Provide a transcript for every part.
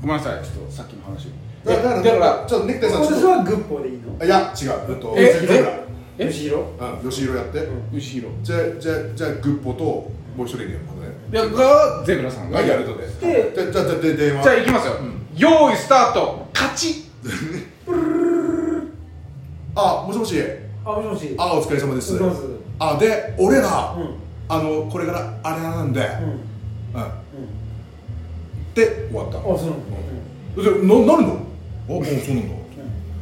ごめんなさいちょっとさっきの話をだからだからちょっとネクタイさんちょっ私とはグッポでいいのあいや違ううんとえ吉弘やえ藤色うん吉弘やって後ろじゃあじゃあじゃあグッポともう一人いるよこれでがゼブラさんがはいややるるととででじゃあじゃあじゃあで電話じゃあいきますよ、用意スタート勝ちあもしもしあもしもしあお疲れ様ですお疲れ様ですあで俺ら、うんあのこれからあれなんで、うんううんんで終わったあそうなんだでななるのあもうそうなんだ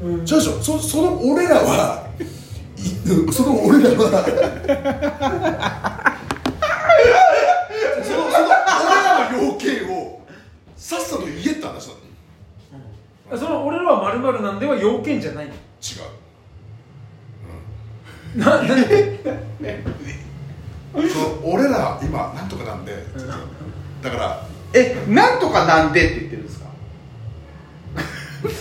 うんうんじゃあじゃあそその俺らはい その俺らはそのその俺らの要件をさっさと言えって話なのあその俺らはまるなんでは要件じゃないの違うな何その俺ら今なんとかなんでだからえなんとかなんでって言ってるんですか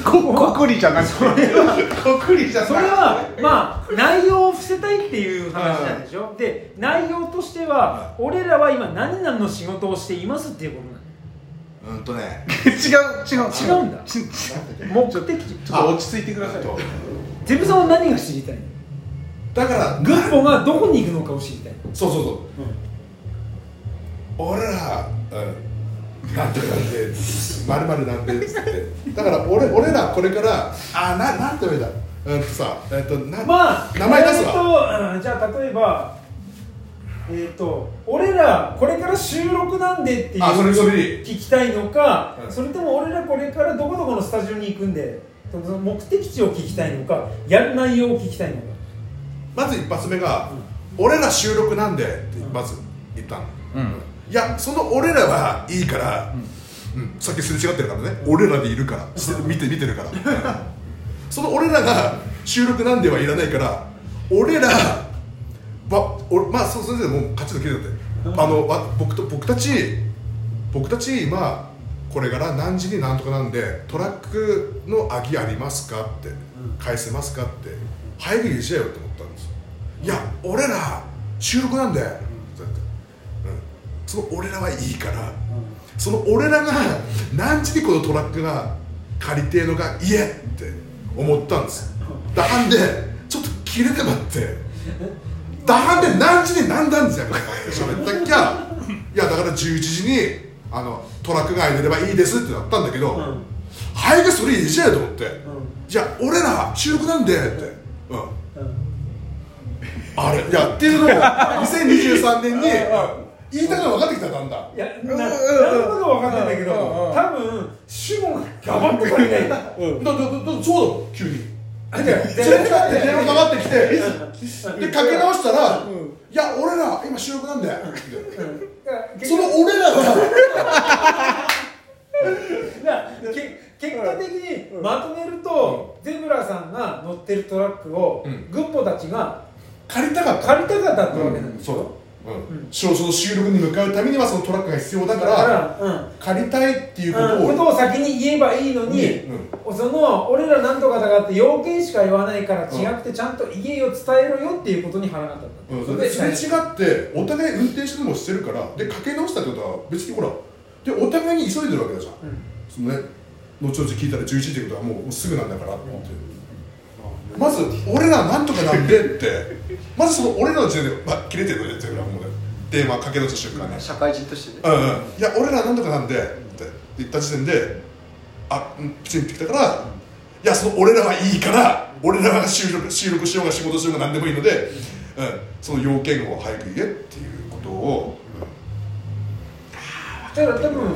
ここくりじゃなくてそれはこくりじゃなくそてれはまあ内容を伏せたいっていう話なんでしょで内容としては俺らは今何々の仕事をしていますっていうことなうんとね違う違う違うんだちちの目的地ちょっと落ち着いてくださいとゼブさんは何が知りたいのだからグッポがどこに行くのかを知りたいそうそうそう、俺ら、うん、なんてなんでまるまるなんでっつってだから俺俺らこれからあななんて言うんだうんとさえっとな、まあ名前出すわ、えーとうんじゃあ例えばえっ、と俺らこれから収録なんでっていうあそれそれでいい聞きたいのか、うんそれとも俺らこれからどこどこのスタジオに行くんでその目的地を聞きたいのかやる内容を聞きたいのかまず一発目が、俺ら収録なんでってまず言ったの、うんいやその俺らはいいから、うんさっきすれ違ってるからね、俺らでいるからして見て見てるから、その俺らが収録なんではいらないから俺らば俺まあそう先生もう勝ちの切れだって、あのわ僕と僕たち僕たち今これから何時に何とかなんでトラックの空きありますかって、返せますかって早く言うしやよって思ったんですよいや俺ら収録なんで、そうやってうんその俺らはいいから、その俺らが何時にこのトラックが借りてえのが家って思ったんですだはんでちょっと切れてまってだはんで何時に何だんですよって喋ったっきゃいやだから11時にあのトラックが空いてればいいですってなったんだけど、ん早くそれいいじゃんと思って、んじゃあ俺ら収録なんでって、うん、あれいやって いうのを2023年に言いたいのが分かってきたんだんだんいやなうんなるほど分かんないんだけどうんうん多分主語がガバッと足りなだだいだだそうだもん急にだってそれ使って電話かかってきてでかけ直したら「いや俺ら今収録なんだよ」う んその俺らがなけ結果的にまとめると、ゼブラさんが乗ってるトラックを、うんグッポたちが借りたかった借りたかったってわけなんですそうよ、だうんそうその収録に向かうためにはそのトラックが必要だかだからら、うん借りたいっていうこうんこととを先に言えばいいのに、その俺らなんとかだからって要件しか言わないからうん違くてちゃんと言えよ伝えろよっていうことに腹が立った、をうんそれででそれ違ってお互い運転してるのもしてるからでかけ直したってことは別にほらでお互いに急いでるわけだじゃんそのね後々聞いたら11時ってことはもうすぐなんだからってまず俺らなんとかなんでってまずその俺らの時点で、まあ、切れてるのよっていうのはもうね電話かけ出した瞬間ね社会人としてねうんうんいや俺らなんとかなんでって言った時点であうんきちんってきたからいやその俺らはいいから俺らが収録収録しようが仕事しようが何でもいいので、うん、その要件を早く言えっていうことを、だから多分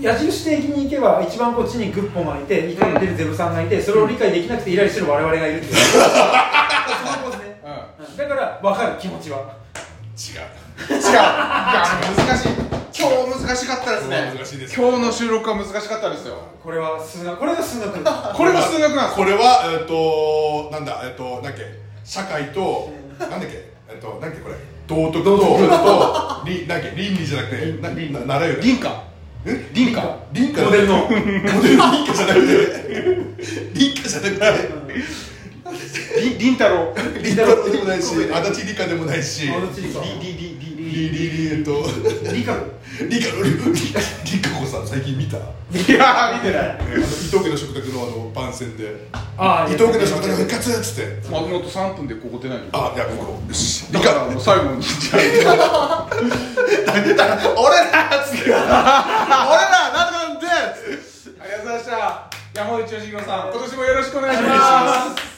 矢印的に行けば一番こっちにグッポがいて一番出るゼブさんがいてそれを理解できなくてイライラしてる我々がいるっていうその構図ねうんだから分かる気持ちは違う違ういや難しい今日難しかったですね難しいです今日の収録は難しかったですよこれは数学これが数学これが数学なんですこれはえっ、となんだえっ、となんだっけ社会となんだっけえっ、となんだっけこれ道徳とりなんだっけ倫理じゃなくてなな習うよね林家え林家倫理 モデルのモデル倫理じゃなくて倫理じゃなくてりりんたろうりんたろーでもないし足立梨花でもないし足立梨花りりりりリリリえっと理科リカリリカ子さん最近見た、ね、いやー見てないあの伊藤家の食卓のあの番宣であ伊藤家の食卓復活っつって松本3分でここ出ないのあいやここよしリだカからもう最後にじゃ俺らっつって俺らなんとかなあありがとうんでございました山内義弘さん今年もよろしくお願いします